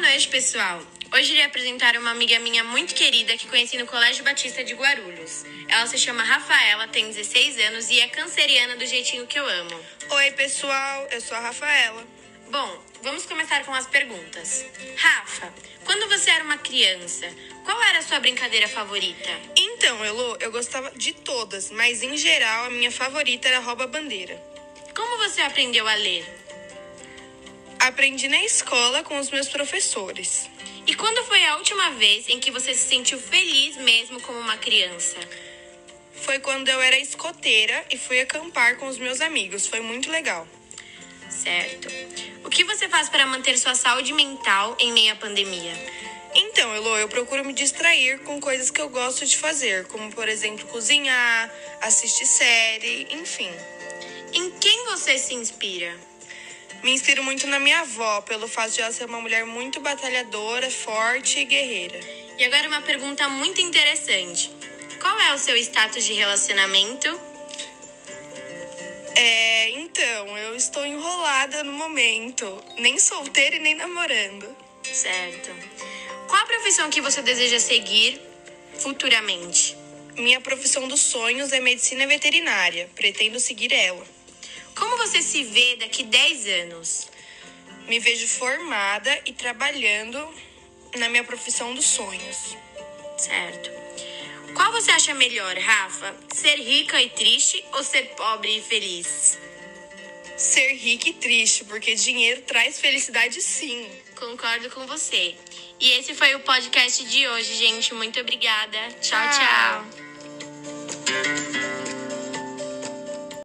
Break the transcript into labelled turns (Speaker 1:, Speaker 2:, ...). Speaker 1: noite, pessoal. Hoje irei apresentar uma amiga minha muito querida que conheci no Colégio Batista de Guarulhos. Ela se chama Rafaela, tem 16 anos e é canceriana do jeitinho que eu amo.
Speaker 2: Oi, pessoal, eu sou a Rafaela.
Speaker 1: Bom, vamos começar com as perguntas. Rafa, quando você era uma criança, qual era a sua brincadeira favorita?
Speaker 2: Então, Elô, eu gostava de todas, mas em geral a minha favorita era rouba-bandeira.
Speaker 1: Como você aprendeu a ler?
Speaker 2: Aprendi na escola com os meus professores.
Speaker 1: E quando foi a última vez em que você se sentiu feliz mesmo como uma criança?
Speaker 2: Foi quando eu era escoteira e fui acampar com os meus amigos. Foi muito legal.
Speaker 1: Certo. O que você faz para manter sua saúde mental em meio à pandemia?
Speaker 2: Então, Elô, eu procuro me distrair com coisas que eu gosto de fazer, como por exemplo cozinhar, assistir série, enfim.
Speaker 1: Em quem você se inspira?
Speaker 2: Me inspiro muito na minha avó, pelo fato de ela ser uma mulher muito batalhadora, forte e guerreira.
Speaker 1: E agora uma pergunta muito interessante. Qual é o seu status de relacionamento?
Speaker 2: É, então, eu estou enrolada no momento, nem solteira e nem namorando.
Speaker 1: Certo. Qual a profissão que você deseja seguir futuramente?
Speaker 2: Minha profissão dos sonhos é medicina veterinária, pretendo seguir ela.
Speaker 1: Como você se vê daqui 10 anos?
Speaker 2: Me vejo formada e trabalhando na minha profissão dos sonhos.
Speaker 1: Certo. Qual você acha melhor, Rafa? Ser rica e triste ou ser pobre e feliz?
Speaker 2: Ser rica e triste, porque dinheiro traz felicidade sim.
Speaker 1: Concordo com você. E esse foi o podcast de hoje, gente. Muito obrigada. tchau.
Speaker 2: Tchau.
Speaker 1: tchau.